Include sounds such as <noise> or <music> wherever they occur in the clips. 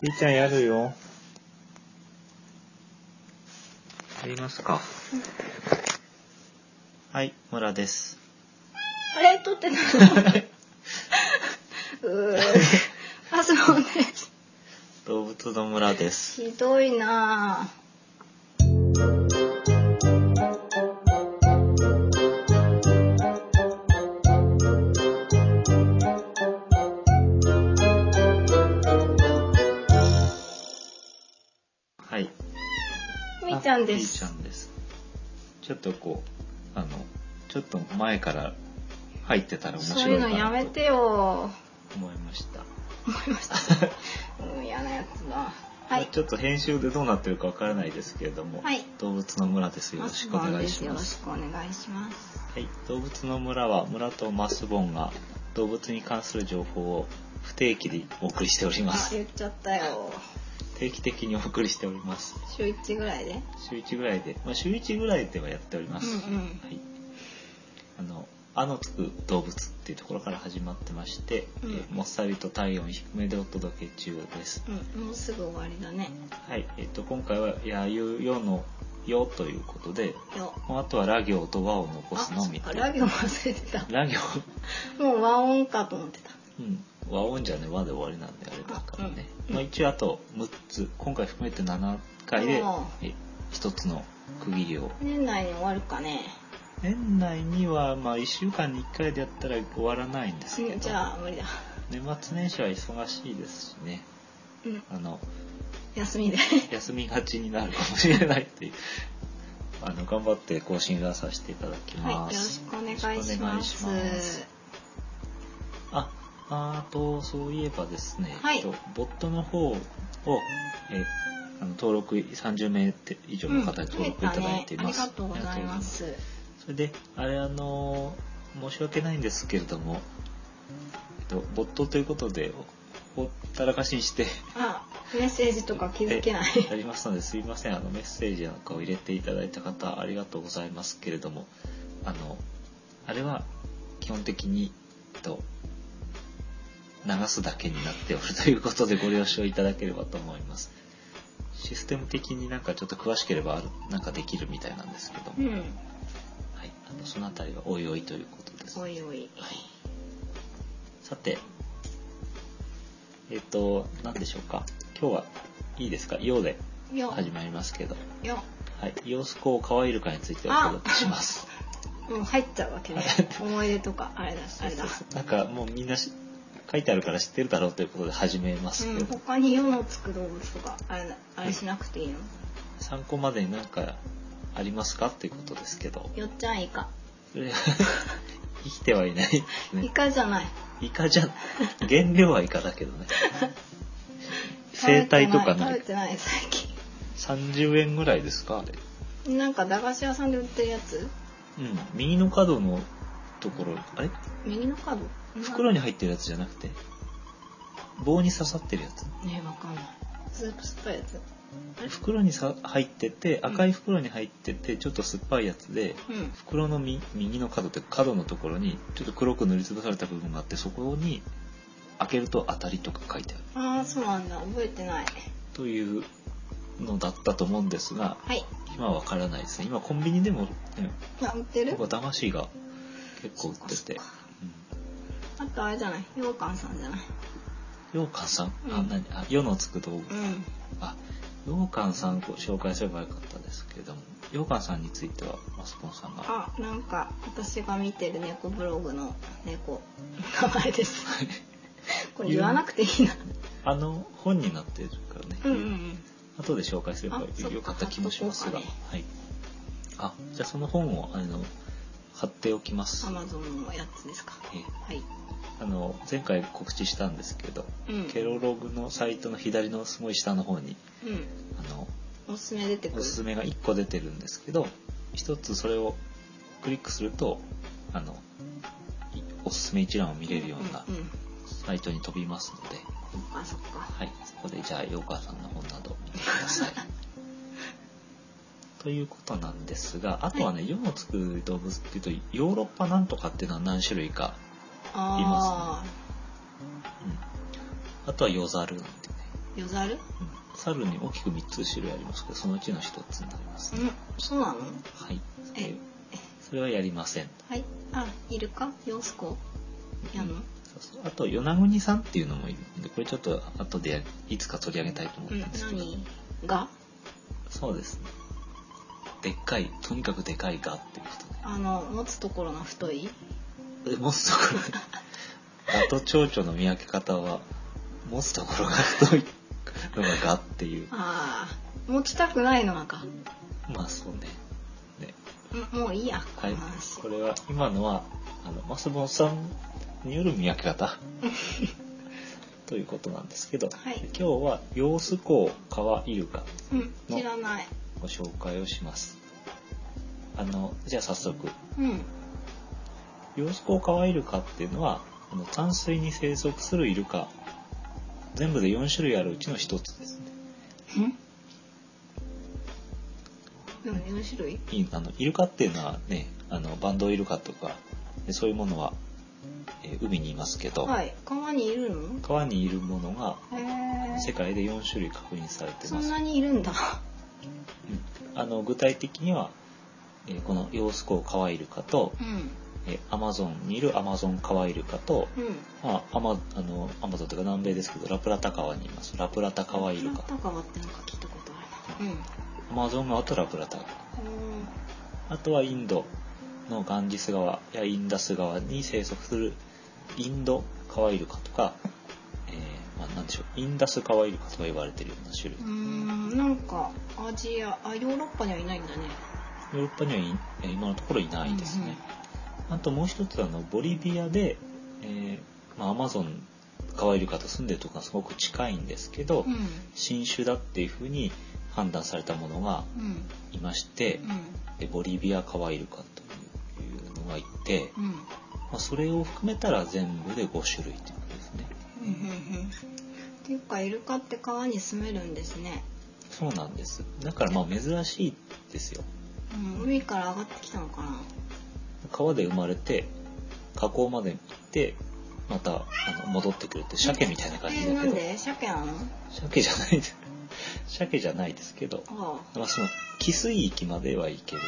ピーちゃんやるよ。ありますか。はい、村 <laughs> です。あれ撮ってた <laughs> のうーあ、そうです。動物の村です。ひどいなぁ。はい。みーちゃんでピーす。ちゃんです。ちょっとこう、あの、ちょっと前から入ってたら面そう白いいうかのやなめとてよ。思いました。思いました。うん、嫌なやつだ。はい。ちょっと編集でどうなってるかわからないですけれども、はい動物の村です。よろしくお願いしマスボンでよまろすし。くお願いします。はい、動物の村は村とマスボンが動物に関する情報を不定期でお送りしておりまあ、す。言っちゃったよ。定期的にお送りしております。週一ぐらいで。週1ぐらいで、まあ、週1ぐらいではやっております。うんうんはい。あの、あのつく動物っていうところから始まってまして、うんえーもっさりと体温低めでお届け中です。うん、もうすぐ終わりだね。はい。えっ、と、今回は、やゆよのよということで、よ。もうあとはラ行と和をあ、残すのそっみか、ラ行忘れてた。ラ行、もう和音かと思ってた。うん。和音じゃね、和で終わりなんであれだからね。あうんまあ一応あと6つ、今回含めて7回でおー、え一つの区切りを年内に終わるかね。年内にはまあ1週間に1回でやったら終わらないんですけど、じゃあ、無理だ。年末年始は忙しいですしねうん、あの休みで。休みがちになるかもしれないっていうあの頑張って更新がさせていただきはい、よまろしす、くお願いしよろましす。くお願いしますああとそういえばですね、はいえっとボットの方をえあの登録30名以上の方に登録いただいています、うんありがとうございます。それで、あれあの申し訳ないんですけれども、えっと、ボットということで、ほったらかしにしてあ、メッセージとか気づけない。ありますので、すいません、あの、メッセージなんかを入れていただいた方、ありがとうございますけれども、あの、あれは、基本的に、えっと、流すだけになっておるということでご了承いただければと思います。システム的になんかちょっと詳しければある、なんかできるみたいなんですけどもう、ん、はい、あのそのあたりはおいおいということです。おいおい。さて、えっ、と、何でしょうか。今日はいいですかようでよ、始まりますけど、よ、はい、様子こう可愛いるかについてお届けします。もう入っちゃうわけね。思い出とか、あれだ、あれだ。なんかもうみんなし書いてあるから知ってるだろうということで始めますうけん、ど、他に世のつく動物とか、あれだ、あれしなくていいの。参考までになんかありますかっていうことですけ <laughs> ど、よっちゃんイカ。それは生きてはいないですイね。カじゃない。イカじゃ、原料はイカだけど <laughs> ね。生態とかな食べい。てない、最30円ぐらいですかあれ。近。なんか駄菓子屋さんで売ってるやつ。うん、右の角のところ、あれ右の角。袋に入ってるやつじゃなくて、棒に刺さってるやつ。ねえ、わかんない。スープ酸っぱいやつ。あれ袋にさ入ってて、ん赤い袋に入ってて、ちょっと酸っぱいやつで、うん。袋のみ右の角って角のところに、ちょっと黒く塗りつぶされた部分があって、そこに開けると当たりとか書いてある。ああ、そうなんだ。覚えてない。というのだったと思うんですが、はい。今はわからないですね。今コンビニでも、ね、あ、売ってる僕は騙しが結構売っててそっか。あとあれじゃない羊羹さんじゃないようかんさん、あ、うん何あ、世のつく道具うん。あ、羊羹さんを紹介すればよかったですけれども、羊羹さんについては、マスコンさんが、あ、なんか私が見てる猫ブログの猫の名前です。これ言わなくていいな。あの本になってるからね、うんうんうん。後で紹介すればあそっかよかった気もしますが、貼っとこはい。あ、じゃあその本を、あの、貼っておきますア。マゾンのやつですか。えはい。あの、前回告知したんですけど、うん。ケロログのサイトの左のすごい下の方に、うん。あの、おすすめ出てくおる。すすめが1個出てるんですけど1つそれをクリックするとあのいおすすめ一覧を見れるようなうんうんうん。サイトに飛びますので、そっかそっか。はい、そこでじゃあヨーカーさんの本などを見てくだ <laughs> さい。ということなんですがあとはね「世のつく動物」っていうとヨーロッパなんとかっていうのは何種類か、あうん、あとは「ヨザル」なんてねあ。よざる猿に大きく3つ種類ありますけどそのうちの1つになります、うんそうなのはいえそれはやりませんはいあイルカヨスコやんのそうそうあと与那国さんっていうのもいるんでこれちょっと後でやいつか取り上げたいと思っうたんんですけど、何がそうですねでっかいとにかくでかいがっていう人あの持つところが太いえ持つところガと蝶々の見分け方は持つところが太いのがガっていうああ持ちたくないのがかまあそうねねんもういいやこはいの話これは今のはあのマスボンさんによる見分け <laughs> 方ということなんですけど、はい今日はヨウスコウカワイルカうん知らないご紹介をしますあのじゃあ早速うんヨウスコウカワイルカっていうのはあの淡水に生息するイルカ全部で4種類あるうちの1つですねでも4種類いあのイルカっていうのはねあのバンドウイルカとかでそういうものは、えー海にいますけど、はい川にいるの川にいるものがへ世え界で4種類確認されてそまんすなにいるんだあの具体的には、えーこのヨウスコウカワイルカと、うんえーアマゾンにいるアマゾンカワイルカと、うんまあ、アマあのアマゾンというか南米ですけどラプラタ川にいますラプラタカワイルカラプラタカワってなんか聞いたことあるなアマゾン川とラプラタ川うんあとはインドのガンジス川やインダス川に生息するインドカワイルカとか、えーまあ、なんでしょうインダスカワイルカとか言われてるような種類うーんなんかアジアあヨーロッパにはいないんだねヨーロッパにはいえー今のところいないですね、あともう一つはあのボリビアで、えーまあ、アマゾンカワイルカと住んでるところがすごく近いんですけど、うん新種だっていうふうに判断されたものがうんいまして、えボリビアカワイルカというのがいて、うんうんまあ、それを含めたら全部で5種類ということですねうんうんうんっていうかイルカって川に住めるんですね、そうなんですだからまあ珍しいですようん、海から上がってきたのかな川で生まれて河口まで行ってまたあの戻ってくるって鮭みたいな感じえーだなけんど、で鮭なの鮭じゃないです <laughs> 鮭じゃないですけど、ああまあ、その汽水域までは行ける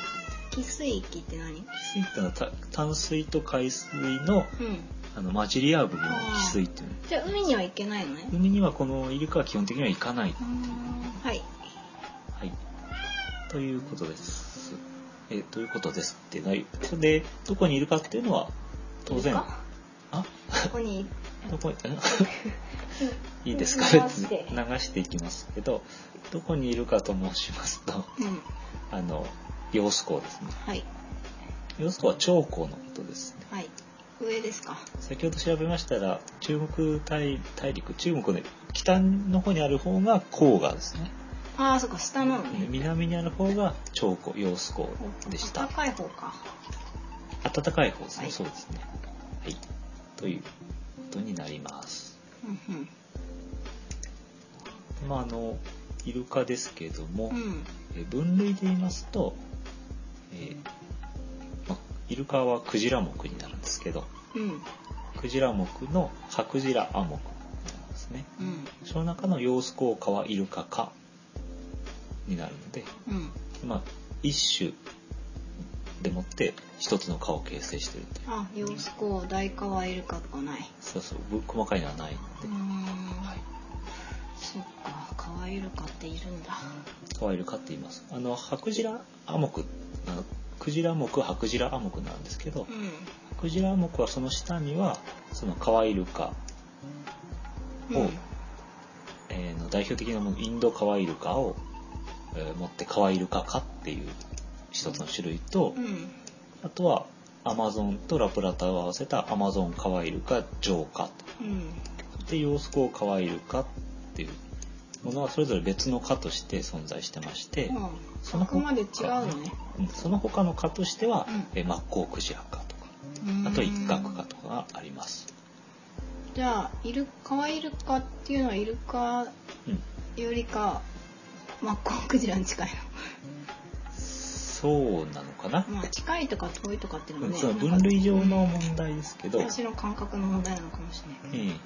汽水域って何うん汽水ってのはた淡水と海水のあの混じり合う部分を汽水っていうのじゃあ海には行けないのね海にはこのイルカは基本的には行かない、うんはいはい、ということですえということですってないそれでどこにいるかっていうのは当然 <laughs> イルカあここにどこに <laughs> いいですか流して流していきますけどどこにいるかと申しますとうんあの揚子港ですねはい揚子港は長江のことですねはい上ですか先ほど調べましたら中国大大陸中国の北の方にある方が黄河ですねああそっか下なのね南にある方が長江揚子港でした高い方か暖かい方ですね、はいそうですねはいということになりますうんまああのイルカですけども、うんうんえ分類で言いますと、えーまあ、イルカはクジラ目になるんですけどうんクジラ目のハクジラア目なんですねうんその中のヨウスコウカはイルカ科になるので、うんまあ、一種でもって一つの科を形成してるというあ洋子港大川イルカとかないそうそうぶ細かいのはないのうーで、んはい、そっか川イルカっているんだカワイルカって言いますあのハクジラアモクあのクジラ目ハクジラアモクなんですけど、うクジラ目はその下にはそのカワイルカ、んおうんうえーの代表的なものインドカワイルカを、えー持ってカワイルカ科っていう一つの種類と、うんあとはアマゾンとラプラタを合わせたアマゾンカワイルカ浄化うんそしてヨウスコウカワイルカっていうものはそれぞれ別の科として存在してまして、うそんのあ他くまで違うのねうんその他の科としては、うえーマッコウクジラ科とかあとは一角科とかがあります。うんじゃあイル川イルカっていうのはイルカうんよりかマッコウクジラに近いそうなのかな <laughs> の、まあ、近いとか遠いとかっていうのもねそのな分んか類上の問題ですけど、私の感覚の問題なのかもしれないええ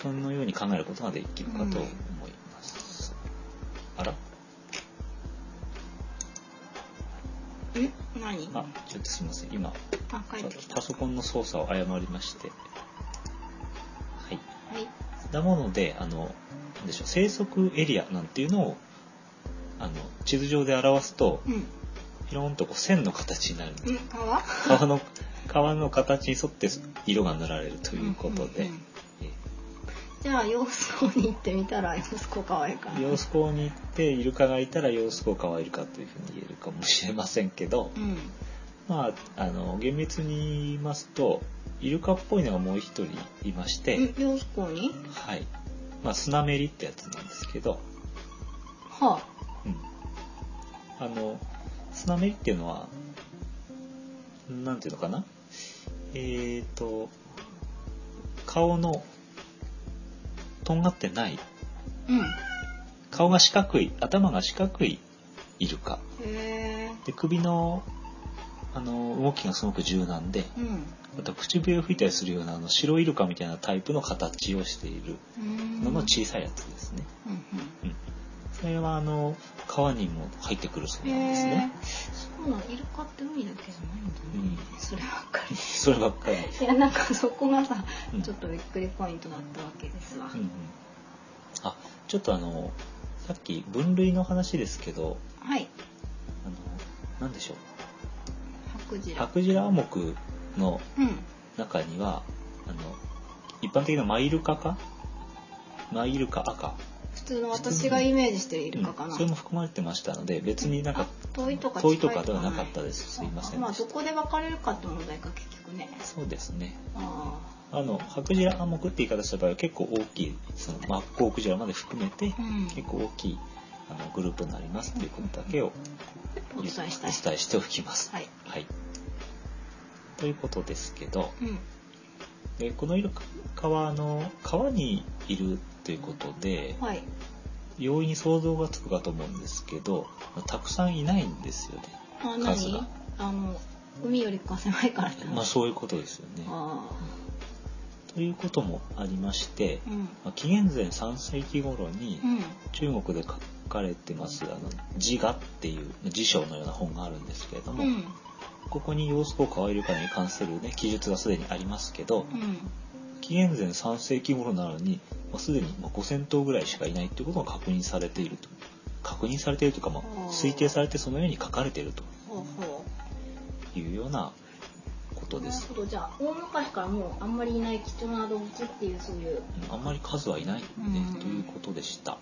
そのように考えることができるかと思います。あらん何あ、ちょっとすみません。今、あ帰ってきたパソコンの操作を誤りまして。はい。はいなもので、あの、なんでしょう、生息エリアなんていうのを、あの、地図上で表すと、うんピローンとこう線の形になるんです。うん川川の、川の形に沿って色が塗られるということで、うんうんうんじゃあ洋子に行ってみたら洋子可愛いからえー、様子港に行ってイルカがいたら様子港かはイルカというふうに言えるかもしれませんけど、うんまあ、あの、厳密に言いますと、イルカっぽいのがもう一人いまして、え洋子にはい。まあ、スナメリってやつなんですけど、はうんあの、スナメリっていうのは、なんていうのかなえーと、顔の、とんがってない、あうん顔が四角い、頭が四角いイルカ。へえで、首の、あの、動きがすごく柔軟で、うんうあと唇を吹いたりするような、あの、白イルカみたいなタイプの形をしているーんのの小さいやつですね。うんそれは、あの、川にも入ってくるそううんなんですへね。えそうなのイルカって海だけじゃないんだね、うん。そればっかりそればっかり。いやなんかそこがさ、うんちょっとびっくりポイントだったわけですわ、うんうん、あちょっとあのさっき分類の話ですけどはいあの何でしょ白うジハラクジラアモクのうん中にはあの一般的なマイルカかマイルカ赤普通の私がイメージしてるイルカかうんな、それも含まれてましたので別になんかあ遠いとか遠近いいととかかではなかったですすいませんまあでしどこで分かれるかって問題か結局ねたそうですねああのハクジラアモクって言い方した場合は結構大きいそのマッコウクジラまで含めてあうん結構大きいあのグループになりますっていうことだけをお伝えしたいお伝えしておきます。はいはい。ということですけど、うんでこのイルカはあの川にいるということで、はい容易に想像がつくかと思うんですけど、たくさんいないんですよね。あ数何があの海よりか狭いからって話まあそういうことですよね。あということもありましてあ、うんまあ紀元前3世紀頃にうん中国で書かれてますあの自画っていう辞書のような本があるんですけれども、うんここに様子効果をイルカに関するね記述がすでにありますけど、うん紀元前3世紀頃なのに、まあ、すでにまあ5,000頭ぐらいしかいないっていうことが確認されていると確認されているというか、まあおー、推定されてそのように書かれているとほうほいうようなことうでなるすほどじゃあ大昔からもうあんまりいない貴重な動物っていうそういううんあんまり数はいないねうんということでしたは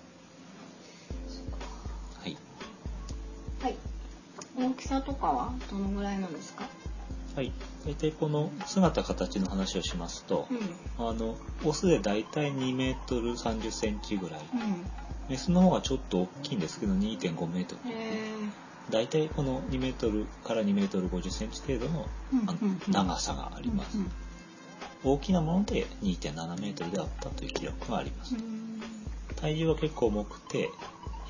い、はい大きさとかはどのぐらいなんですかはい、大体この姿形の話をしますとうんうんあのオスで大体2メートル3 0センチぐらいメスの方がちょっと大きいんですけど2 5メートルへえ大体この2メートルから2メートル5 0センチ程度のうんあのうんうん長さがありますうんうん大きなもので2 7メートルであったという記録がありますうん体重は結構重くて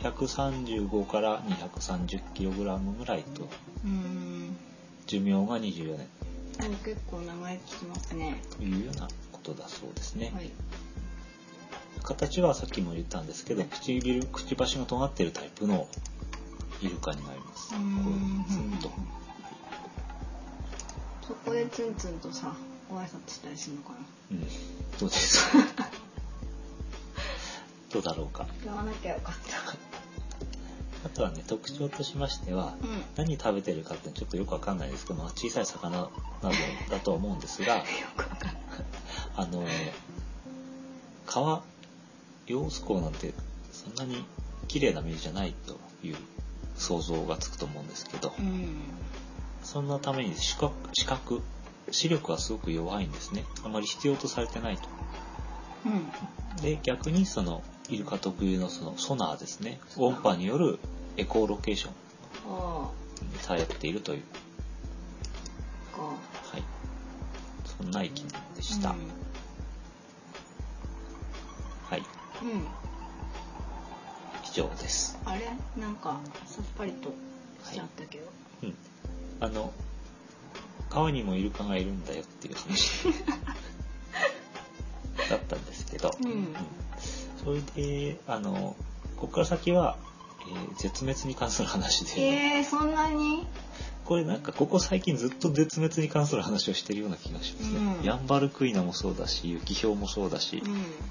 135から2 3 0グラムぐらいとうん寿命が24年でも結構長生きしますね。というようなことだそうですね、はい。形はさっきも言ったんですけど唇くちばしが尖ってるタイプのイルカになりますこううんツンとそこでツンツンとさ、ご挨拶したりするのかな。うんどうです <laughs> かどうだろうか言わなきゃよかった。あとはね特徴としましてはうん。何食べてるかってちょっとよくわかんないですけど、まあ、小さい魚などだと思うんですがよくわかんない。あの川揚子港なんてそんなに綺麗な水じゃないという想像がつくと思うんですけどうん。そんなために視覚視覚視力はすごく弱いんですねあまり必要とされてないとうん。で逆にそのイルカ特有のそのソナーですね音波によるエコーロケーションあに頼っているというあ。か。はい。そんな生き物でした。うん。はい。うん以上です。あれなんかさっぱりとしちゃったけど。うん。あの、 <laughs> 川にもイルカがいるんだよっていう話だったんですけど、そうう、んうんそれであのここから先は、えー絶滅に関する話で、えー、そんなにこれなんかここ最近ずっと絶滅に関する話をしてるような気がしますね、うんヤンバルクイナもそうだしユキヒョウもそうだし、う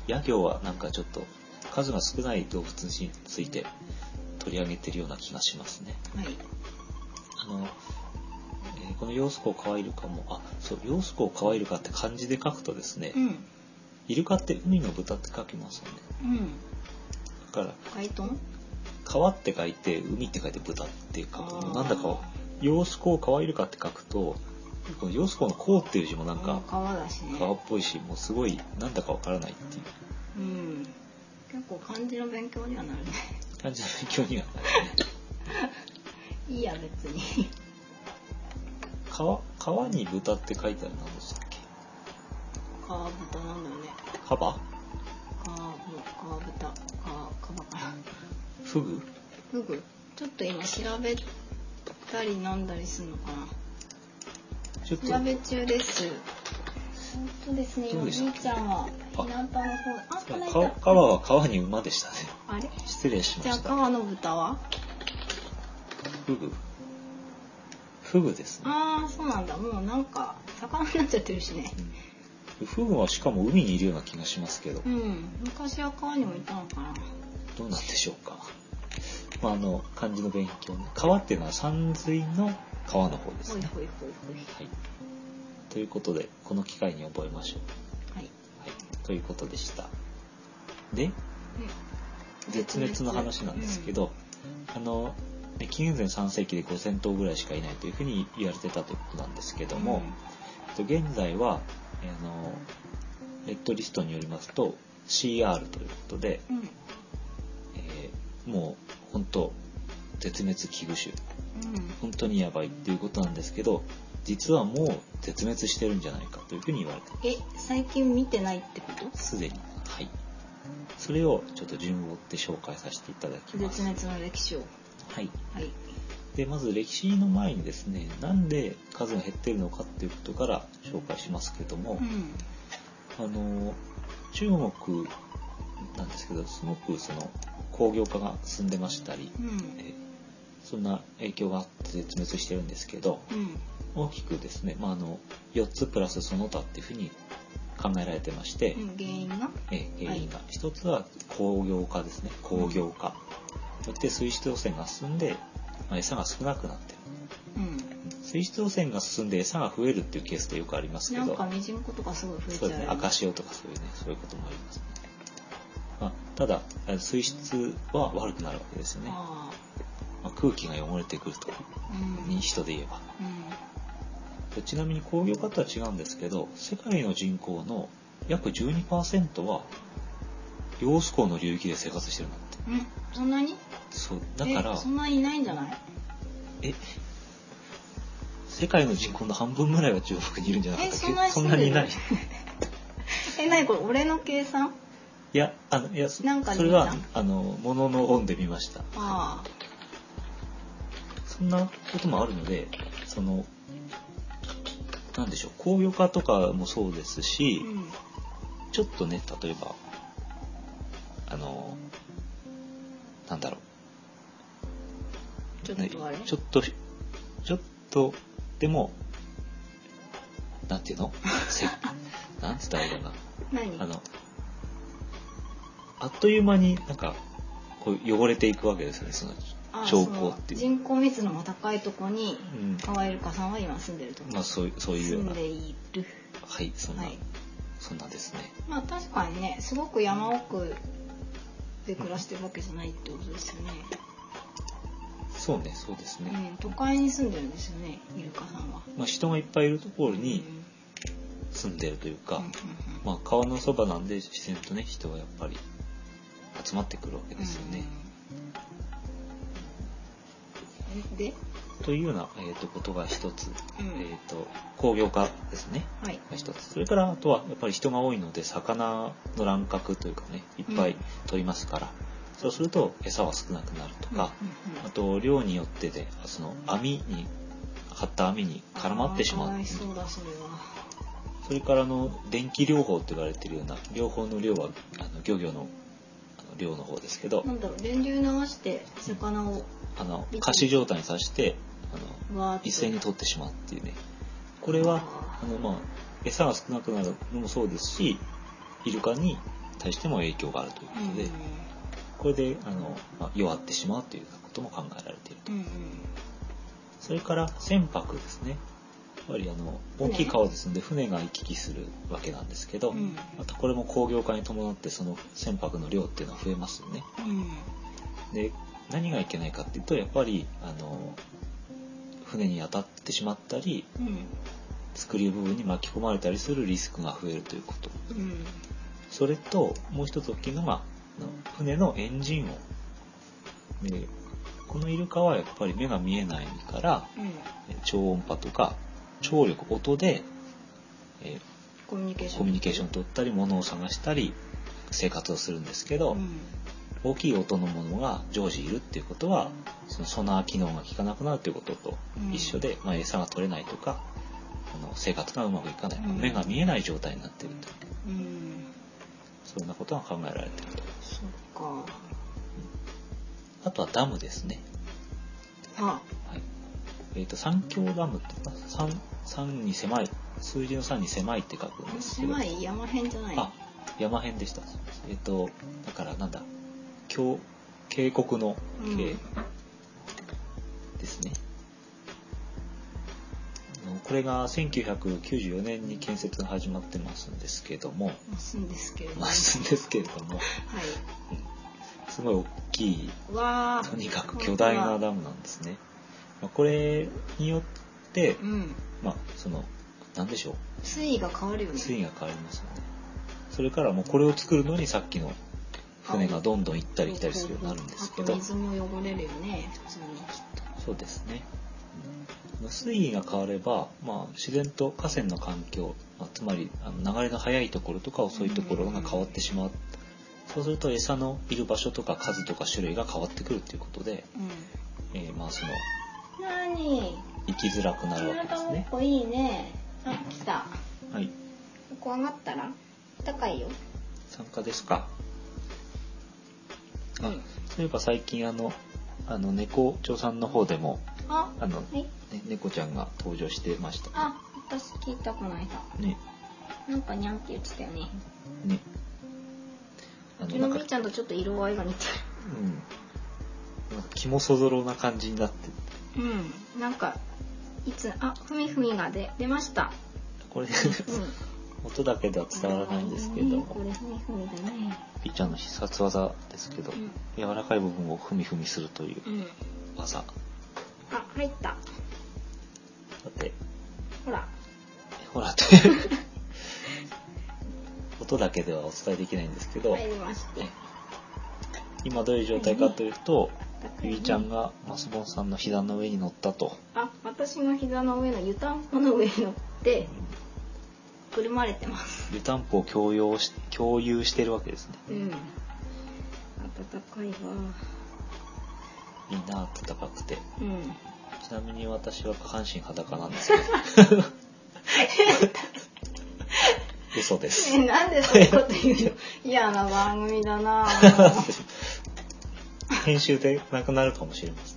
ヤ行はなんかちょっと数が少ない動物について取り上げてるような気がしますね。んはいあの、えーこのヨウスコウカワイルカも、あ、そう、ヨウスコウカワイルカって漢字で書くとですね、うんイルカって海の豚って書きますよね。うんだから、カイトン川って書いて、海って書いて豚っていうかあーなんだか、ヨウスコウカワイルカって書くと、このヨウスコウのコウっていう字もなんか、川だしね川っぽいし、もうすごい、なんだかわからないっていううん結構漢字の勉強にはなるね <laughs> 感じの興味があるね。いいや別 <laughs> に川川に豚って書いてあるのはどうしたっけ川豚なんだよねカバ川川豚川川からフグフグちょっと今調べたりなんだりするのかなちょっと調べ中です本当ですねどおう兄でしたちゃんはあ日向の方あこの川間川は川に馬でしたねあれ失礼しまじゃあした川の豚はフグフグですね、ああそうなんだもうなんか魚になっちゃってるしねうん、フグはしかも海にいるような気がしますけどうん昔は川にもいたのかなどうなんでしょうかまああの漢字の勉強ね川っていうのは山水の川の方ですほいねほいほいほいはいということでこの機会に覚えましょうはいはいということでしたでうん絶滅の話なんですけど、あのね紀元前3世紀で5,000頭ぐらいしかいないというふうに言われてたということなんですけども、えっと現在はあのレッドリストによりますと CR ということで、うんうんえーもう本当絶滅危惧種うん本当にやばいっていうことなんですけど実はもう絶滅してるんじゃないかというふうに言われてえ最近見てないってことすでにはいそれをちょっと順を追って紹介させていただきます絶滅の歴史をはいはいでまず歴史の前にですねなんで数が減ってるのかっていうことから紹介しますけども、うんあの中国なんですけどすごくその工業化が進んでましたり、うんえーそんな影響があって絶滅してるんですけどうん大きくですね、まあ、あの4つプラスその他っていうふうに考えられてまして、うん原因がえー原因が、一つは工業化ですね工業化によって水質汚染が進んで、まあ、餌が少なくなってるうん水質汚染が進んで餌が増えるっていうケースってよくありますけなどんかミジンコとかすごい増えちそうですゃうねよね赤潮とかそういうねそういうこともありますね、まあ、ただえー水質は悪くなるわけですよね、まああ、空気が汚れてくるとあうんに人で言えばうでちなみに工業化とは違うんですけど世界の人口の約12%は揚子港の流域で生活してるんだってんうんそんなにそうだからえそんなにいないんじゃないえ世界の人口の半分ぐらいは中国にいるんじゃなかったっえそんなけにそんなにいないえなにこれ俺の計算いやあのいやそなんかそれは兄ちあのものの本で見ましたあそんなこともあるのでそのなんでしょう工業化とかもそうですあうし、んちょっとね例えばあのなんだろちょうっとあれねちょっとちょっとでもなんていうの <laughs> せなんつったらいいかな何あのあっという間になんかこう汚れていくわけですよねそのあ兆候ってそのいう。人口密度の高いとこにうんカワイルカさんは今住んでるとまあそういうそういうよ住うなんでいるはいそんな、はいそんなですねまあ確かにねすごく山奥で暮らしてるわけじゃないってことですよね、そうねそうですうね、ん、都会に住んでるんですよねイルカさんは。まあ、人がいっぱいいるところうんに住んでるというか、うんうんまあ、川のそばなんで自然とね人はやっぱり集まってくるわけうんですよね、うんで、というような、えー、とことが一つ、うんえー、と工業化ですねはい、が一つそれからあとはやっぱり人が多いので魚の乱獲というかねいっぱい取りますから、そうすると餌は少なくなるとか、うんうんうんあと量によってでその網に張った網に絡まってしまあーかうわいそうだそれは。それからあの電気療法って言われてるような療法の量はあの漁業のあの量の方ですけど、なんだろう電流流して魚をあのビタミン仮死状態にさせてあのわーっと一斉に取ってしまうっていうねこれはあの、まあ、餌が少なくなるのもそうですしイルカに対しても影響があるというこうんとで、これであの、まあ、弱ってしまうというようなことも考えられているとうんうんそれから船舶ですねやっぱりあの大きい川ですので船が行き来するわけなんですけど、うんまたこれも工業化に伴ってその船舶の量っていうのは増えますよね。うんで何がいけないかっていうとやっぱりあの船に当たってしまったりうん作り部分に巻き込まれたりするリスクが増えるということうんそれともう一つ大きいのがあの船のエンジン音でこのイルカはやっぱり目が見えないからうんえ超音波とか聴力音でえコミュニケーションコミュニケーション取ったり物を探したり生活をするんですけど、うん大きい音のものが常時いるっていうことはそのソナー機能が効かなくなるということと一緒で、まあ、餌が取れないとかあの生活がうまくいかない、うん目が見えない状態になっているとうんそんなことが考えられているとそっかあとはダムですね、あはいえー、と三峡ダムって三三に狭い数字の3に狭いって書くんですけど狭い山辺じゃないあ山辺でしたえっ、とだからなんだ峡渓谷のう渓、んですね。あのこれが1994年に建設が始まってますんですけども、ますんですけれどもまあ、はすんですけれども、いすごい大きい、わーとにかく巨大なダムなんですね。まあ、これによって、うんまあ、その、なんでしょ水位が変わるよう、ね水位が変わりますよね。それからもうこれを作るのにさっきの船がどんどん行ったり来たりするようになるんですけあどと、水も汚れるよね普通にそうですね。うん水位が変われば、まあ、自然と河川の環境、まあつまりあの流れの速いところとか遅いところが変わってしまう。そうすると餌のいる場所とか数とか種類が変わってくるということで、うんえーまあそのなに生きづらくなるわけで体すもっね。こいいねあ来たはい、怖がったら高いよ参加ですか。あうんそういえば最近あのあの猫町さんの方でもああの、はいね猫ちゃんが登場してました。あ私聞いたこの間ねなんかニャンって言ってたよねね。あうちのみーちゃんとちょっと色合いが似てうん。なんか気もそぞろな感じになって、るうんなんかいつあふみふみがで出ましたこれ、うん <laughs> 音だけでは伝わらないんですけどね、これふみふみだねピッチャーの必殺技ですけど、うん柔らかい部分をふみふみするといううん技。あ入っただって、ほらほらって、 <laughs> 音だけではお伝えできないんですけど、入りましてね今どういう状態かというと、高いゆねいちゃんがマスボンさんの膝の上に乗ったと。あ私の膝の上の湯たんぽの上に乗ってくるまれてます湯たんぽを共用し共有してるわけですね。うん暖かいわいいな暖かくて。うんちなみに私は下半身裸なんですけど。 <laughs> 嘘です。えなんでそういうこと言うの嫌な番組 <laughs> だな <laughs> 編集でなくなるかもしれませ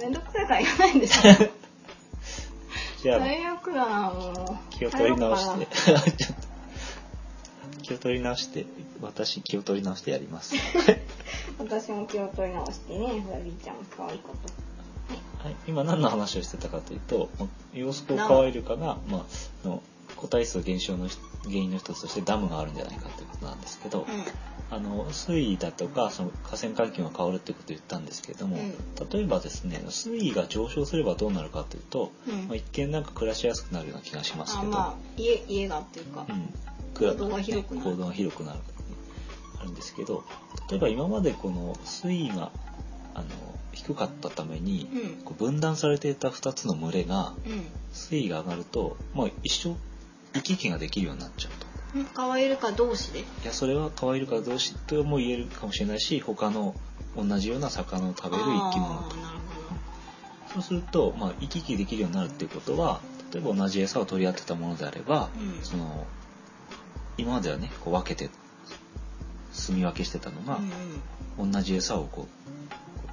ん。めんどくさいから言わないんでしょじゃあ、最悪だなもう気を取り直し帰ろてうか。ちょっと <laughs> 気を取り直して、私気を取り直してやります。な私も気を取り直してねふわびーちゃんも可愛いことはい、今何の話をしてたかというと、まあ養殖を川イルカが、まあ、あの個体数減少のひ原因の一つとしてダムがあるんじゃないかということなんですけど、あの水位だとかその河川環境が変わるってことを言ったんですけれども、うん例えばですね水位が上昇すればどうなるかというと、うんうんまあ、一見なんか暮らしやすくなるような気がしますあけど、まあ家家がっていうかうん、行動が広くなる行動が広くなるあるんですけど例えば今までこの水位があの低かったために、うんこう分断されていた2つの群れがう水位が上がると、まあ、一生行き来ができるようになっちゃうと。ん可愛いるか同士でいやそれは可愛いから同士とも言えるかもしれないし他の同じような魚を食べる生き物あーなるそうすると、まあ、行き来できるようになるっていうことは例えば同じ餌を取り合ってたものであれば、うんその今まではねこう分けて住み分けしてたのが、うん同じ餌をこ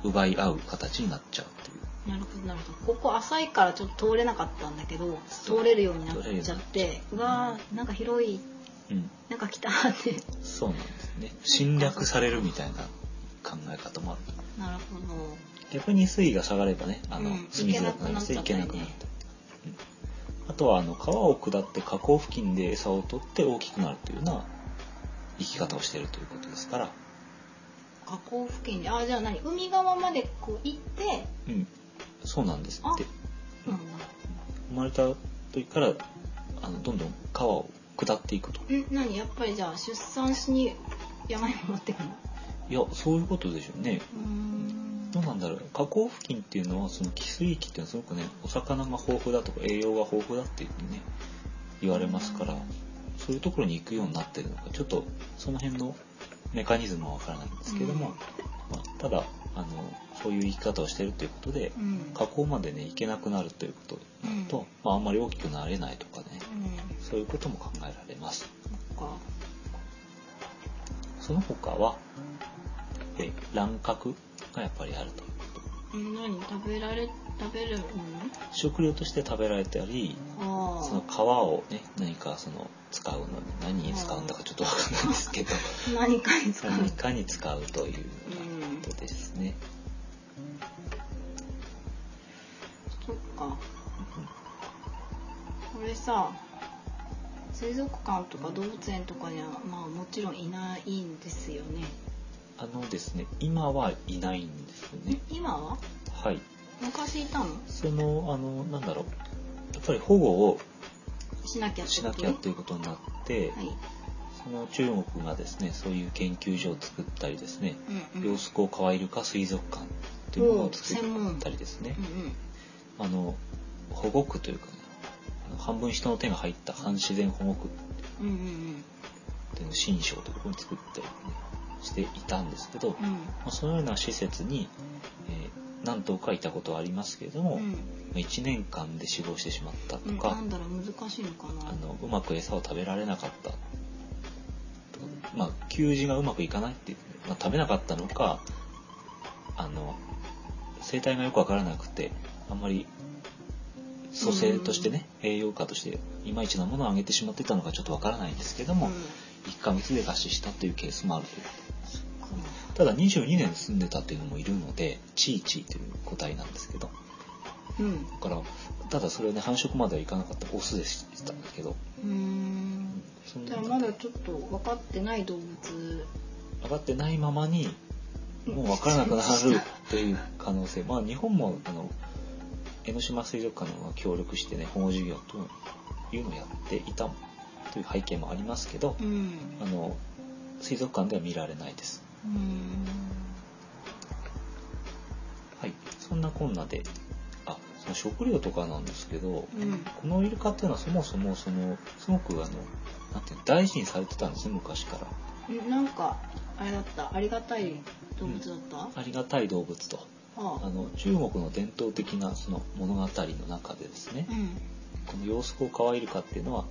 う奪い合う形になっちゃうっていうなるほどなるほどここ浅いからちょっと通れなかったんだけどそう通れるようになっちゃってうわーなんか広いうん、なんか来たーってそうなんですね侵略されるみたいな考え方もあるなるほど逆に水位が下がればねあの、うん住みづらくなります行行けけななくくななっったた、うんあとはあの川を下って河口付近で餌を取って大きくなるというような生き方をしているということですから、河口付近であじゃあ何海側までこう行ってうん、そうなんですってなんだ生まれた時からあのどんどん川を下っていくとん何やっぱりじゃあ出産しに山に戻ってくのいやそういうことでしょうねうーんどうなんだろう河口付近っていうのはその寄水域っていうのはすごくねお魚が豊富だとか栄養が豊富だっていうふうにね言われますからそういうところに行くようになってるのかちょっとその辺のメカニズムはわからないんですけども、まあ、ただあのそういう生き方をしてるということでうん河口までね行けなくなるということうんうんと、まあ、あんまり大きくなれないとかねそそういうことも考えられます。っかその他はえ乱獲がやっぱりあるということうん何食べられ食べるも食料として食べられたりのそのあ皮をね何かその使うのに何に使うんだかちょっとわかんないんですけどあ何かに使う何かに使うというよううなんことですね。そっかこれさ水族館とか動物園とかにはまあもちろんいないんですよねあのですね今はいないんですね。今ははい。昔いたのそのあのなんだろうやっぱり保護をしなきゃってしこなときゃということになって、はいその中国がですねそういう研究所を作ったりですね、うんうん養殖をカワイルカ水族館というものを作おー専門ったりですね。うんあの保護区というか、ね、あの半分人の手が入った半自然保護区っうんうんうんていうのを新省というところに作ったり、ね、していたんですけど、うまんあ、そのような施設に、えー何頭かいたことはありますけれども、うまんあ1年間で死亡してしまったうとんか、なんだろう難しいのかなあのうまく餌を食べられなかったとかまあ給餌がうまくいかないっていう、まあ、食べなかったのかあの生態がよくわからなくてあんまり蘇生としてね、栄養価としていまいちなものをあげてしまってたのかちょっとわからないんですけども、うん1ヶ月で餓死したというケースもあるというこただ22年住んでたというのもいるのでチーチーという個体なんですけどううんだからただそれはね繁殖まではいかなかったオスでしたんだけどうーんそんじなゃあまだちょっと分かってない動物上がってないままにもう分からなくなるという可能性まあ日本もあの江ノ島水族館の協力してね保護事業というのをやっていたという背景もありますけどうんうんあの水族館では見られないですはいそんなこんなであその食料とかなんですけどうんこのイルカっていうのはそもそもそのすごくあのなんていうの大事にされてたんですね昔からうんなんかあれだったありがたい動物だった、ありがたい動物とあああの中国の伝統的なその物語の中でですね、うんこの養子を可愛いるかっていうのは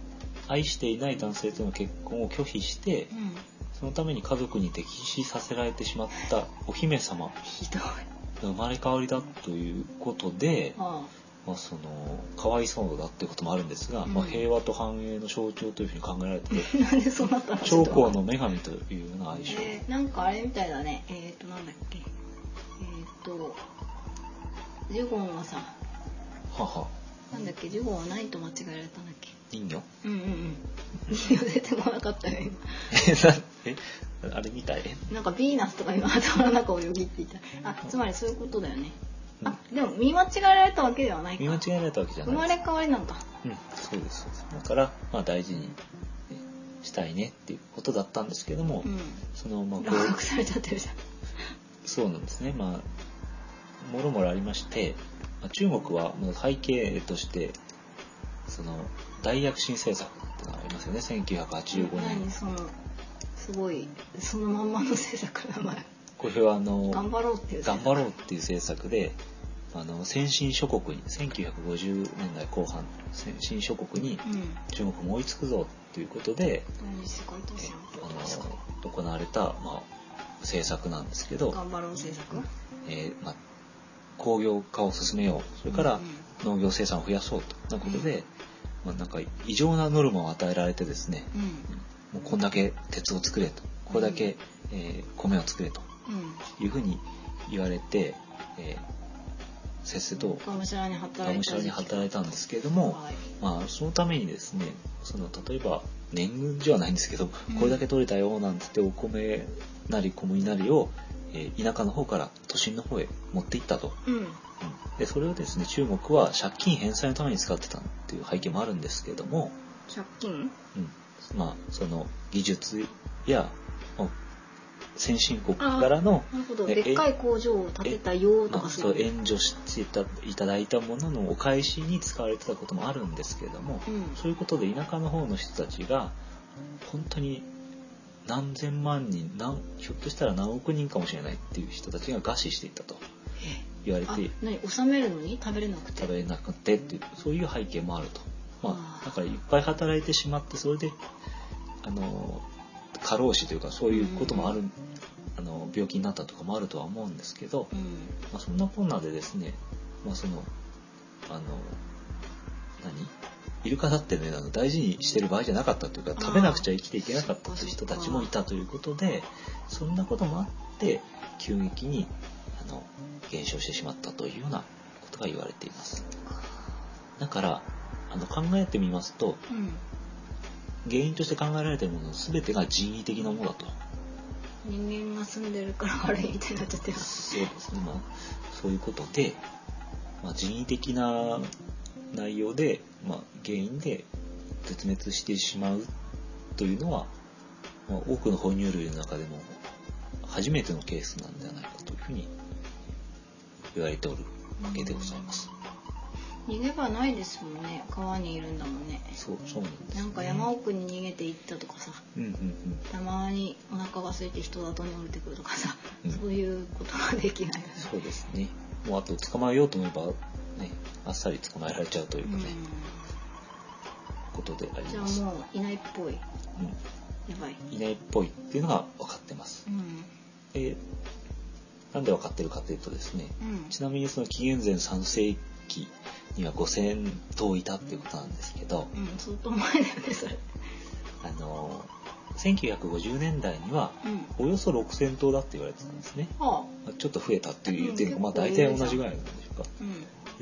愛していない男性との結婚を拒否してうんそのために家族に敵視させられてしまったお姫様のひどい生まれ変わりだということで、あ <laughs> まあ、そのかわいそうだっていうこともあるんですが、うんまあ、平和と繁栄の象徴というふうに考えられてあなんでそうなったの長江の女神というような愛称、えーなんかあれみたいだねえっ、ー、となんだっけえっ、ー、とジュゴンはさ母なんだっけジュゴンは何と間違えられたんだっけ人魚 <laughs> うんうんうん <laughs> 出てこなかったよ今えあれみたいなんかヴィーナスとか今頭の中をよぎっていた。あ、つまりそういうことだよね。あ、でも見間違えられたわけではないか。見間違えられたわけじゃ生ないまですれ変わりなんだ。うん、そうですそうですだから、まあ、大事にねしたいねっていうことだったんですけども、うん。そのまあこ落う獄されちゃってるじそうなんですねまあもろもろありましてまあ中国はもう背景としてその大躍進政策ってのがありますよねゃん1985。何年その、すごい、そのまんまの政策の名前。これはあの頑張ろうっていう。頑張う。ろうっていう政策であの先進諸国に1950年代後半先進諸国にうん中国も追いつくぞということで、何すごいどうえしたのあの行われた、まあ、政策なんですけど、頑張ろう政策えーまあ、工業化を進めようそれからうん農業生産を増やそうということで、まあ、なんか異常なノルマを与えられてですねうんもうこんだけ鉄を作れとこれだけ、えー米を作れとうんいうふうに言われて、えーせっせとがむしゃらに働がいむたしゃらに働いたたんですけれども、はいまあ、そのためにですねその例えば年貢じゃないんですけど、うんこれだけ取れたよなんつってお米なり小麦なりを、えー田舎の方から都心の方へ持っていったと、うんうんでそれをですね中国は借金返済のために使ってたっていう背景もあるんですけれども、借金うんまあ、その技術やまあ先進国からのなるほどえでっかい工場を建てたよまとあ、かそそうういう援助していたいただいたもののお返しに使われてたこともあるんですけれども、うんそういうことで田舎の方の人たちが本当に何千万人何ひょっとしたら何億人かもしれないっていう人たちが餓死していたと言われあて何納めるのに食べれなくて食べれなくてっていうそういう背景もあると、まあーあ、だからいっぱい働いてしまってそれであの過労死というかそういうこともある、うあの病気になったとかもあるとは思うんですけど、うんまあ、そんなこんなでですね、まあ、そのあの何イルカだってねあの大事にしてる場合じゃなかったというかー食べなくちゃ生きていけなかったというそ人っかたちもいたということでそんなこともあって急激にあの減少してしまったというようなことが言われていますだからあの考えてみますとうん原因として考えられているもの全てが人為的なものだと人間が住んでるから悪いみたいになっちゃってるそうですね、まあ、そういうことで、まあ、人為的な内容で、まあ、原因で絶滅してしまうというのは、まあ、多くの哺乳類の中でも初めてのケースなんではないかというふうに言われておるわけでございます。逃げ場ないですもんね川にいるんだもんねそう、そうなんです、なんか山奥に逃げていったとかさうんうんうん。たまにお腹が空いて人里に降りてくるとかさ、うんそういうことができないよねそうですね。もうあと捕まえようと思えば、ね、あっさり捕まえられちゃうというかね、ことであうんりじゃあます。もういないっぽいやうんばいいないっぽいっていうのが分かってますう。んでなんで分かってるかというとですねうんちなみにその紀元前3世紀には5,000頭いたっていうことなんですけど、うん相当前だよねそれあの1950年代にはうんおよそ6,000頭だって言われてたんですね。はあまあちょっと増えたっていう点が、うんまあ、大体同じぐらいなんでしょうか。う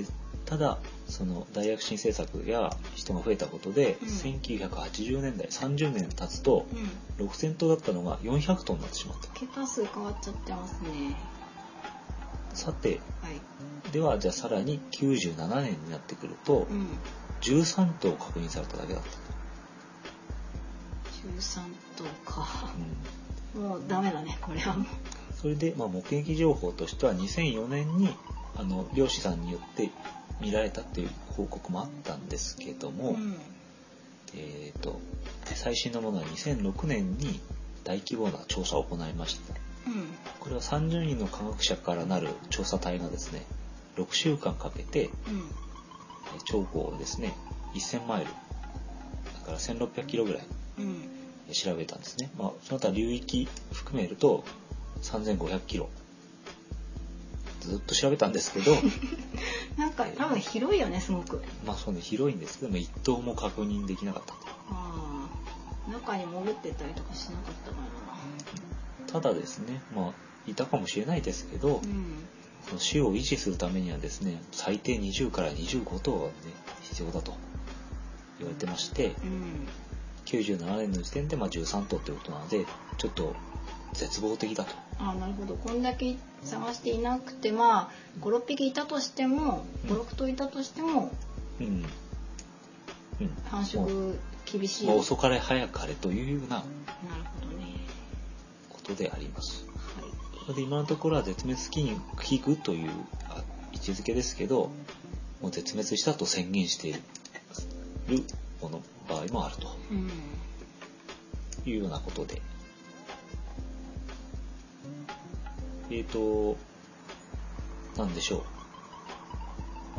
んでただその大躍進政策や人が増えたことで、うん1980年代30年経つとうん6,000頭だったのが400頭になってしまった。桁数変わっちゃってますねさてはいではじゃあさらに97年になってくるとうん13頭確認されただけだった、 13頭かうんもうダメだねこれはもうそれで、まあ、目撃情報としては2004年にあの漁師さんによって見られたっていう報告もあったんですけども、うんえー、と最新のものは2006年に大規模な調査を行いましたうんこれは30人の科学者からなる調査隊がですね6週間かけてうんえー長江をですね1000マイルだから1600キロぐらいうん調べたんですね、まあ、その他流域含めると3500キロずっと調べたんです <laughs> けどなんか多分広いよねすごくまあその広いんですけども一頭も確認できなかったああ中に潜ってたりとかしなかったかとただですねまあいたかもしれないですけどなうんその種を維持するためにはですね最低20から25頭はね必要だと言われてましてうん97年の時点でまあ13頭ということなのでちょっと絶望的だとああなるほどこんだけ探していなくてまあ56匹いたとしてもうん56頭いたとしてもうんうん繁も殖厳しういまなある遅かれ早かれというようなほどねことであります。はいで今のところは絶滅危惧というあ位置づけですけど、もう絶滅したと宣言しているもの場合もあるとうんいうようなことで。えっ、と、なんでしょう。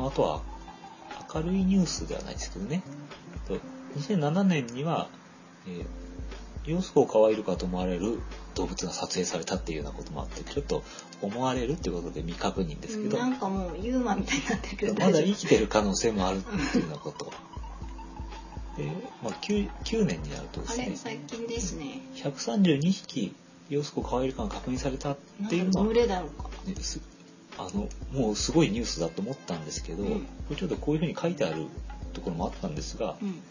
まあ、あとは明るいニュースではないですけどねと2007年には、えー、ヨウスコウカワイルカと思われる動物が撮影されたっていうようなこともあってちょっと思われるっていうことで未確認ですけどなんかもうユーマみたいになってるけどま大だ丈生きてる可能性もあるっていうようなことで、まあ、9, 9年になるとで夫あすれね最近ですね132匹ヨウスコウカワイルカが確認されたっなていうんのかは群れだろうかねすあのもうすごいニュースだと思ったんですけど、うんこれちょっとこういうふうに書いてあるところもあったんですが、うん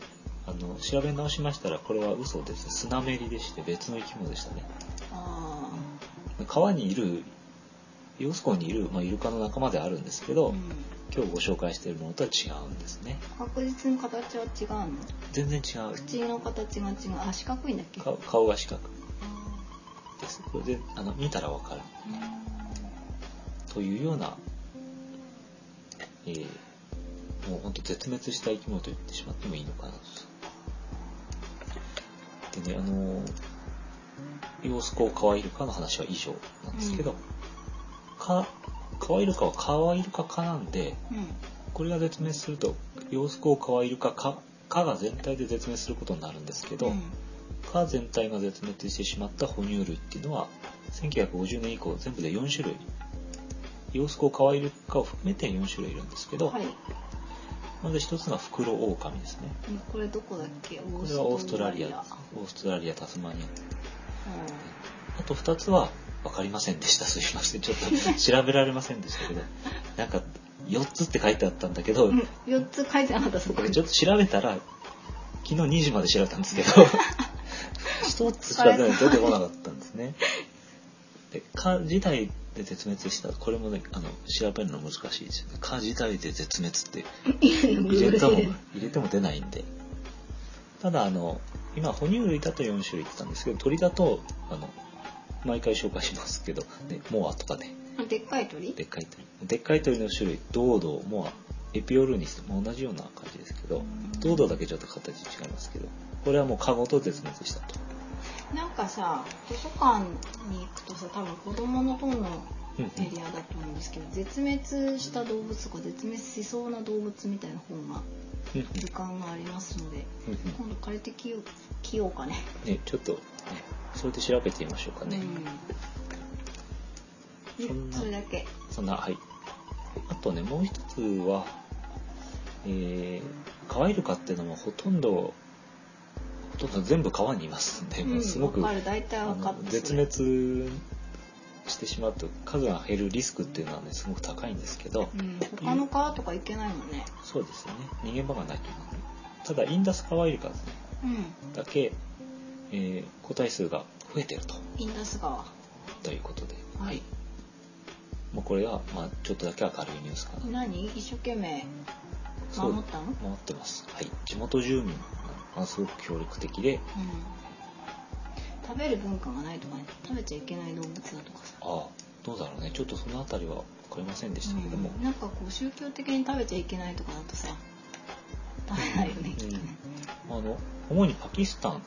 あの調べ直しましたらこれは嘘ですスナメリでして別の生き物でしたねあ川にいるヨウスコウにいる、まあ、イルカの仲間ではあるんですけあ、ど、うん、今日ご紹介しているものとは違うんですね確実に形は違うの全然違う口の形が違うあ四角いんだっけか顔が四角あですこれであの見たらわかるーうんというような、えーもうほんと絶滅した生き物と言ってしまってもいいのかなと。でね、あのー、ヨウスコウカワイルカの話は以上なんですけど、うんかカワイルカはカワイルカ科なんで、これが絶滅すると、ヨウスコウカワイルカ科、科が全体で絶滅することになるんですけど、うん蚊全体が絶滅してしまった哺乳類っていうのは1950年以降全部で4種類ヨウスコウカワイルカを含めて4種類いるんですけど、はいまず一つがフクロオオカミですねうんこれどこだっけこオれはオーストラリアうんオーストラリアタスマニアあと2つは分かりませんでしたすいませんちょっと調べられませんでしたけどなんか4つって書いてあったんだけど、うん四つ書いてなかったそこ僕に <laughs> ちょっと調べたら昨日2時まで調べたんですけど一つしか出てこなかったんですねで蚊自体で絶滅したこれもねあの調べるの難しいですよね蚊自体で絶滅って入れても入れても出ないんでただあの今哺乳類だと4種類って言ったんですけど鳥だとあの毎回紹介しますけど、ね、モアとかねあでっかい鳥でっかい鳥でっかい鳥の種類ドードもエピオルニスも同じような感じですけどドードだけちょっと形違いますけどこれはもうカゴと絶滅したとなんかさ図書館に行くとさ多分子供の塔のうんうエんリアだと思うんですけど絶滅した動物とか絶滅しそうな動物みたいな本がうん図鑑がありますのでうん今度借りてきよう <laughs> きようかねうんねちょっとねそれで調べてみましょうかねうんそんなそれだけそんなはいあとねもう一つはえー、カワイルカっていうのもほとんどほとんど全部川にいますんで、もうすごくうん、わかる大体あわかのった絶滅してしまうと数が減るリスクっていうのはねすごく高いんですけど、うん、他の川とか行けないもんねそうですよね逃げ場がないと思うただインダスカワイルカですねうんだけ、えー個体数が増えてるとインダス川ということで、はいもうこれは、まあ、ちょっとだけ明るいニュースかな何一生懸命そう守ったのう守ってます、はい、地元住民がすごく協力的でん食べる文化がないとかね食べちゃいけない動物だとかさああどうだろうねちょっとその辺りは分かりませんでしたけども、うん、なんかこう宗教的に食べちゃいけないとかだとさ食べないよねきっとね、あの主にパキスタン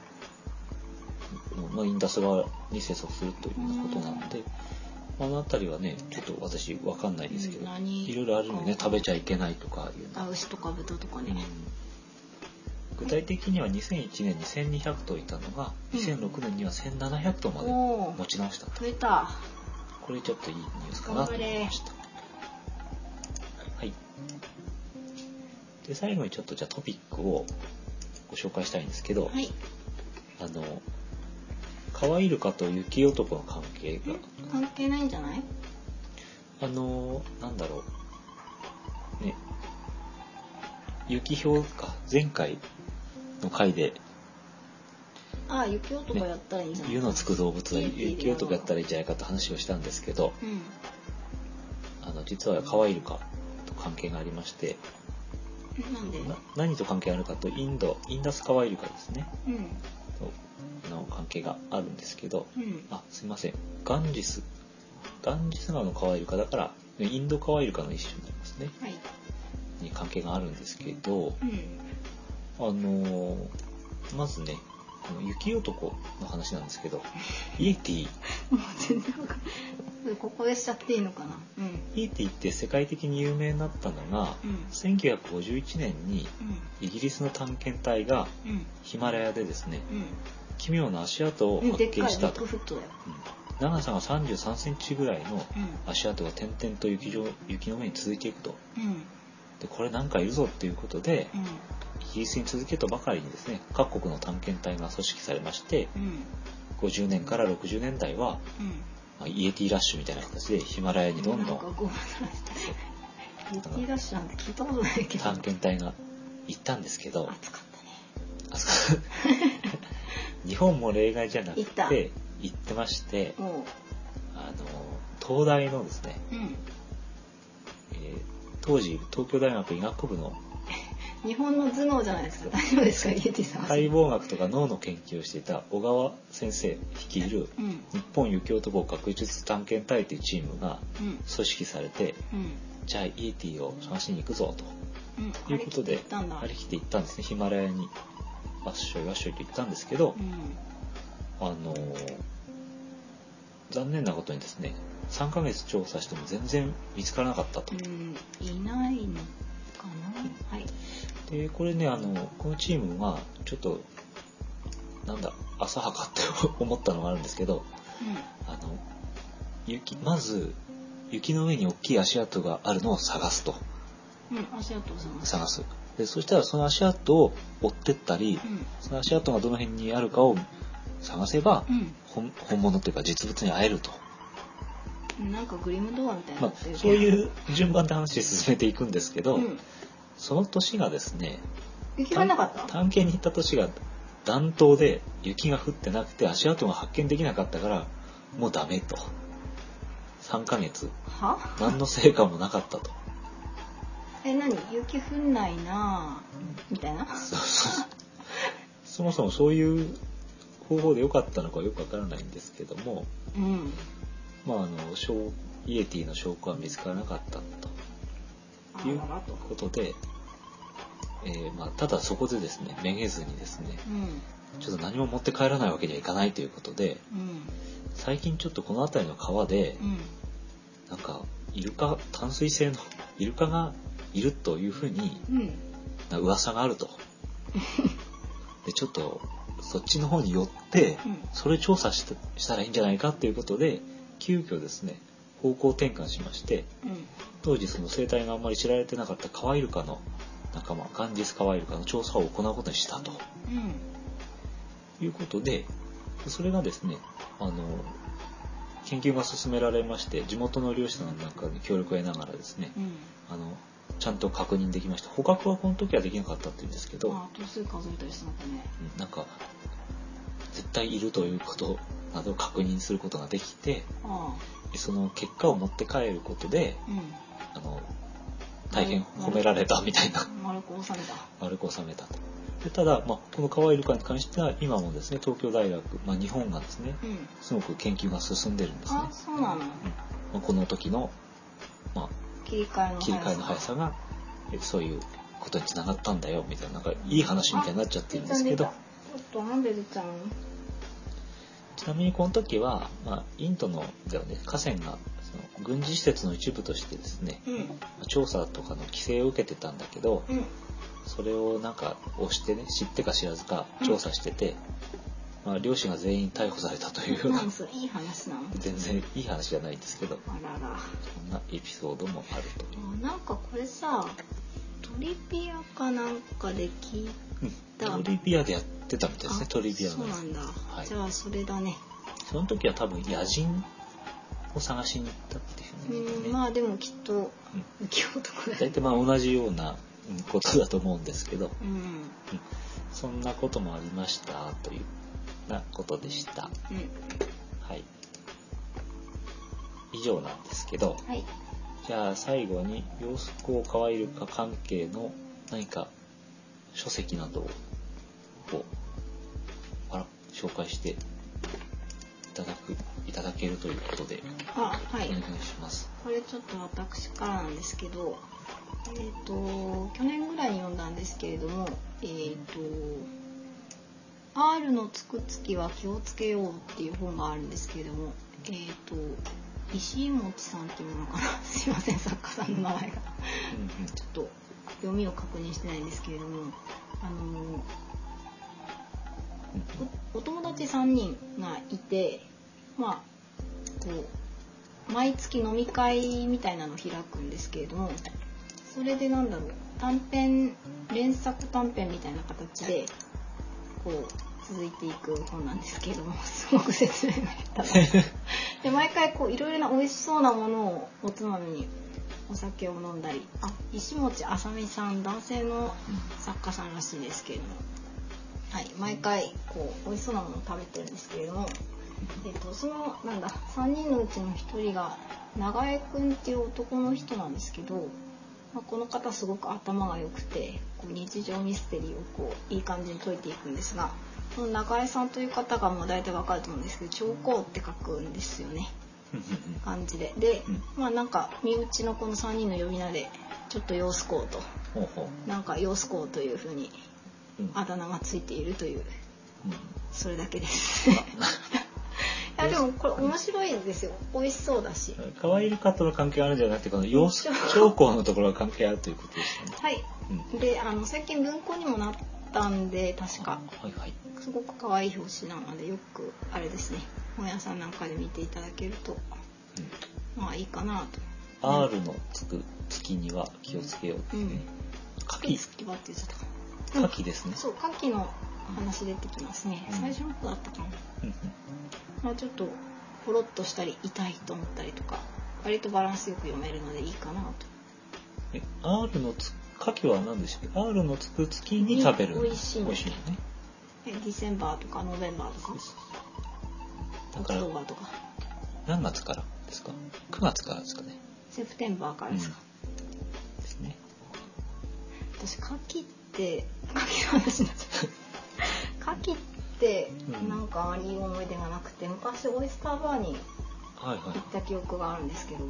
のまあインダス川に生息するということなので、あの辺りはねちょっと私わかんないですけうんど、何いろいろあるのね食べちゃいけないとかいうの、あ牛とか豚とかうねん、具体的には2001年に1200頭いたのがうん2006年には1700頭までおー持ち直したと増えたこれちょっといいニュースかなと思いましたはいで最後にちょっとじゃあトピックをご紹介したいんですけど、はいあの、カワイルカと雪男の関係が、関係ないんじゃないあの、なんだろう、ね、雪氷か、前回の回で、あ雪男やったらいいんじゃない湯のつく動物は消えている雪男やったらいいんじゃないかと話をしたんですけど、うんあの、実はカワイルカと関係がありまして、えなんでな何と関係あるかと、インド、インダスカワイルカですね、うんとの関係があるんですけど、うんあすいませんガンジスガンジス川のカワイルカだからインドカワイルカの一種になりますねはいに関係があるんですけどうんあのーまずねこの雪男の話なん <laughs> ですけどイエティもう全然わかんないここでしちゃっていいのかなうんイーティって世界的に有名になったのが、うん1951年にイギリスの探検隊がうんうんヒマラヤでですねう奇妙な足跡をんうん発でっ見かいビしたッと、グフットだようん長さが3 3センチぐらいのう足跡が点々と雪上雪の上に続いていくとんうんでこれなんかいるぞっていうことでイギリスに続けとばかりにですね各国の探検隊が組織されましてうんうん50年から60年代は、うんまあイエティラッシュみたいな形でヒマラヤにどんどなんかんごめんなさいビッキーラッシュなんて聞いたことないけど探検隊が行ったんですけど暑かったねあそう日本も例外じゃなく行ったて行ってましてもあの東大のですね、ううんえー当時東京大学医学部の日本の頭脳じゃないですか大丈夫ですかイエティさん解剖学とか脳の研究をしていた小川先生率いるうん日本雪男学術探検隊というチームがうん組織されてうんじゃあ ET を探しに行くぞうんということで張り切って行ったんだ張り切って行ったんですねヒマラヤにわっしょいわっしょいと行ったんですけどう、んあのー残念なことにですね3ヶ月調査しても全然見つからなかったと。うんいないのかなはいでこれねあのこのチームがちょっとなんだ浅はかって思ったのがあるんですけどあの雪まず雪の上に大きい足跡があるのを探すとうんうん足跡を探す探すでそしたらその足跡を追ってったりうんその足跡がどの辺にあるかを探せばうん本本物というか実物に会えると、なんかグリムドアみたいにまなあってるけ、どそういう順番で話進めていくんですけど、うんその年がですね雪がなかった探検に行った年が暖冬で雪が降ってなくて足跡が発見できなかったからもうダメと3ヶ月は何の成果もなかったとえ何雪降んないなぁみたいなそうそう <laughs> そもそもそういう方法で良かったのかよくわからないんですけども、うんまあ、あの証イエティの証拠は見つからなかったとあいうららとことで、えーまあ、ただそこでですねめげずにですねうんちょっと何も持って帰らないわけにはいかないということでうん最近ちょっとこの辺りの川でうんなんかイルカ淡水性のイルカがいるというふうにうんな噂があるとでちょっとそっちの方に寄ってうんそれ調査してしたらいいんじゃないかということで急遽ですね方向転換しましてうん当時その生態があんまり知られてなかったカワイルカの仲間ガンジスカワイルカの調査を行うことにしたとうんいうことでそれがですねあの研究が進められまして地元の漁師さんなんかに協力を得ながらですねうんあのちゃんと確認できました捕獲はこの時はできなかったって言うんですけど、あ頭数数えたりしなかったねうんなんか絶対いるということなどを確認することができてあその結果を持って帰ることであうあの大変褒められたみたいなん丸く収めた丸く収めたと。でただ、まあ、このカワイルカに関しては今もですね東京大学、まあ、日本がですねうんすごく研究が進んでるんですねあ、そうなのまあ、この時の、ま切り替えのあ、速さ切り替えの速さがえそういうことにつながったんだよみたいななんかいい話みたいになっちゃってるんですけどあ出た出たちょっとなんで出ちゃうのちなみにこの時は、まあ、インドのでは、ね、河川がその軍事施設の一部としてですねうんまあ調査とかの規制を受けてたんだけどうんそれをなんか押してね知ってか知らずか調査してて、まあ、漁師が全員逮捕されたというようななんそれいい話なの <laughs> 全然いい話じゃないんですけどあららそんなエピソードもあると。あなんかこれさトリビアかなんかで聞いうんだトリビアでやってたみたいですねあトリビアそのうやなつんだ、はいじゃあそれだねその時は多分野人を探しに行ったっていうふううに言ってんね、まあでもきっ <laughs> とうん浮世男だ大体まあ同じようなうんことだと思うんですけどうんそんなこともありましたというなことでしたうんはい以上なんですけどはいじゃあ最後に洋服をかわいるか関係の何か書籍などををあら紹介していただくいただけるということであはい、お願いします。これちょっと私からなんですけど、えっと去年ぐらいに読んだんですけれども「えっと R のつくつきは気をつけよう」っていう本があるんですけれども、えっと石井持さんっていうものかな <laughs> すすいません作家さんの名う前がんうんちょっと読みを確認してないんですけれどもあのおお友達3人がいてまあこう毎月飲み会みたいなのを開くんですけれどもそれでなんだろう短編連作短編みたいな形でこう続いていく本なんですけれども <laughs> すごく説明が下手なで毎回こういろいろな美味しそうなものをおつまみにお酒を飲んだりあ石持あさみさん男性の作家さんらしいですけれども、はい、毎回こう美味しそうなものを食べてるんですけれども、えっと、そのなんだ3人のうちの1人が長江くんっていう男の人なんですけど、まあ、この方すごく頭が良くてこう日常ミステリーをこういい感じに解いていくんですがこの長江さんという方がもう大体わかると思うんですけど「長江」って書くんですよね。うんうん感じでで、うんまあなんか身内のこの3人の呼び名でちょっと様子こうとほうほなんか様子こうというふうにううんあだ名がついているといううんそれだけですいやでもこれ面白いですよ美味しそうだし可愛い方との関係あるんじゃなくてこの様子そ兆う候のところが関係あるということですね。はいうんであの最近文庫にもなったんで確かはいはい。すごく可愛い表紙なのでよくあれですね本屋さんなんかで見ていただけるとうんまあいいかなと R のつく月には気をつけようですね。牡好き蠣好きはって言っちゃったかな牡蠣ですね。そう牡蠣の話出てきますね、うん最初の方だったかな、うんうんまあ、ちょっとポロッとしたり痛いと思ったりとか割とバランスよく読めるのでいいかなとえ R のつ牡蠣は何でしたっけ ?R のつく月に食べる。美味しいん美だ味っしけいのね。えディセンバーとかノベンバーとかだオクかトらーバーとか何月からですか ?9 月からですかね。セプテンバーからうんでですか、すね。私牡蠣って牡蠣の話になっちゃった牡蠣ってうんなんかあまりいい思い出がなくて昔オイスターバーにはいは行った記憶があるんですけどい。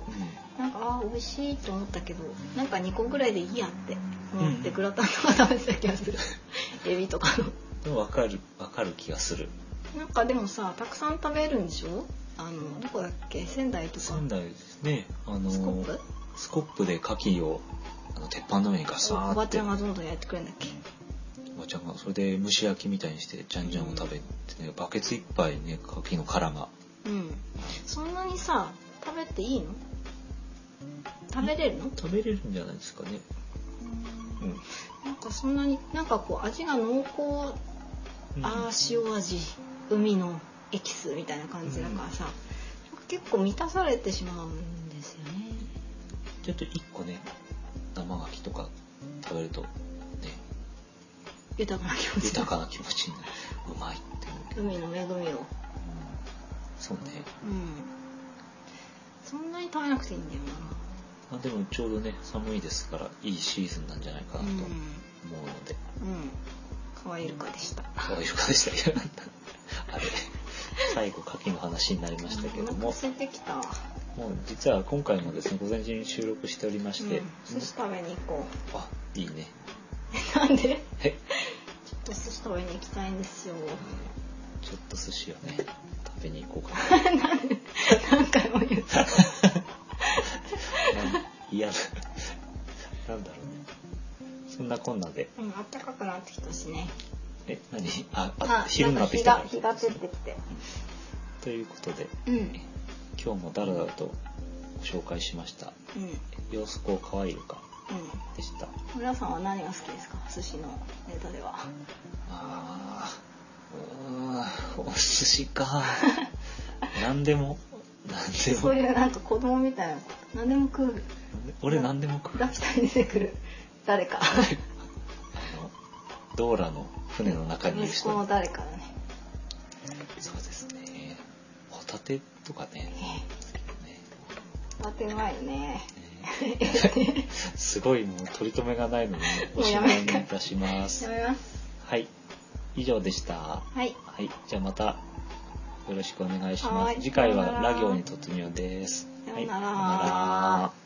なんかあー美味しいと思ったけどなんか2個ぐらいでいいやって思ってグラタンとか食べてた気がする、エビとかのでも分かる、分かる気がする。なんかでもさたくさん食べるんでしょあのどこだっけ仙台とか仙台ですね。あのスコップスコップで牡蠣をあの鉄板の上にガサおーおばっちてゃんがどんどんやってくれるんだっけおばちゃんがそれで蒸し焼きみたいにしてじゃんじゃんを食べてねバケツ一杯ね牡蠣の殻がうんそんなにさ食べていいの食べれるの食べれるんじゃないですかね。うん。なんかそんなになんかこう味が濃厚うんあー塩味海のエキスみたいな感じだからさ、なんか結構満たされてしまうんですよねちょっと一個ね生牡蠣とか食べるとね豊かな気持ち豊かな気持ちになる。うまいって思うけど。海の恵みをうんそうね。うんそんなに食べなくていいんだよまあでもちょうどね寒いですからいいシーズンなんじゃないかななうとん思うので。うんかわいるかでしたわかりました。いや <laughs> あれ最後牡蠣の話になりましたけどお腹も。空いてきたわもう実は今回もですね午前中に収録しておりまして、うん、寿司食べに行こあいいね <laughs> うなんでちょっえと寿司食べに行きたいんですよちょっと寿司をね食べに行こうか何回も言っなたなん嫌だなんだろうねそんなこんなでうん、暖かくなってきたしねえ何あああ昼になってきなたんか日が日が照ってきてということでうん今日もだらだらとご紹介しましたうんうん「様子こうかわいいか」でした皆さんは何が好きですか寿司のネタではあーうーんお寿司 <laughs> か何でも何でもそういうなんか子供みたいな何でも食う俺何でも食うラピュタに出てくる誰かあのドーラの船の中にいる息人子の誰かだねそうですねホタテとかねね当てうまいよねねすごいもう取り留めがないので <laughs> おしまいにいたしまやすめますはい以上でしたはいはいじゃあまたよろしくお願いしまはすい次回はさようならラ行に突入ですさはいようならさようなら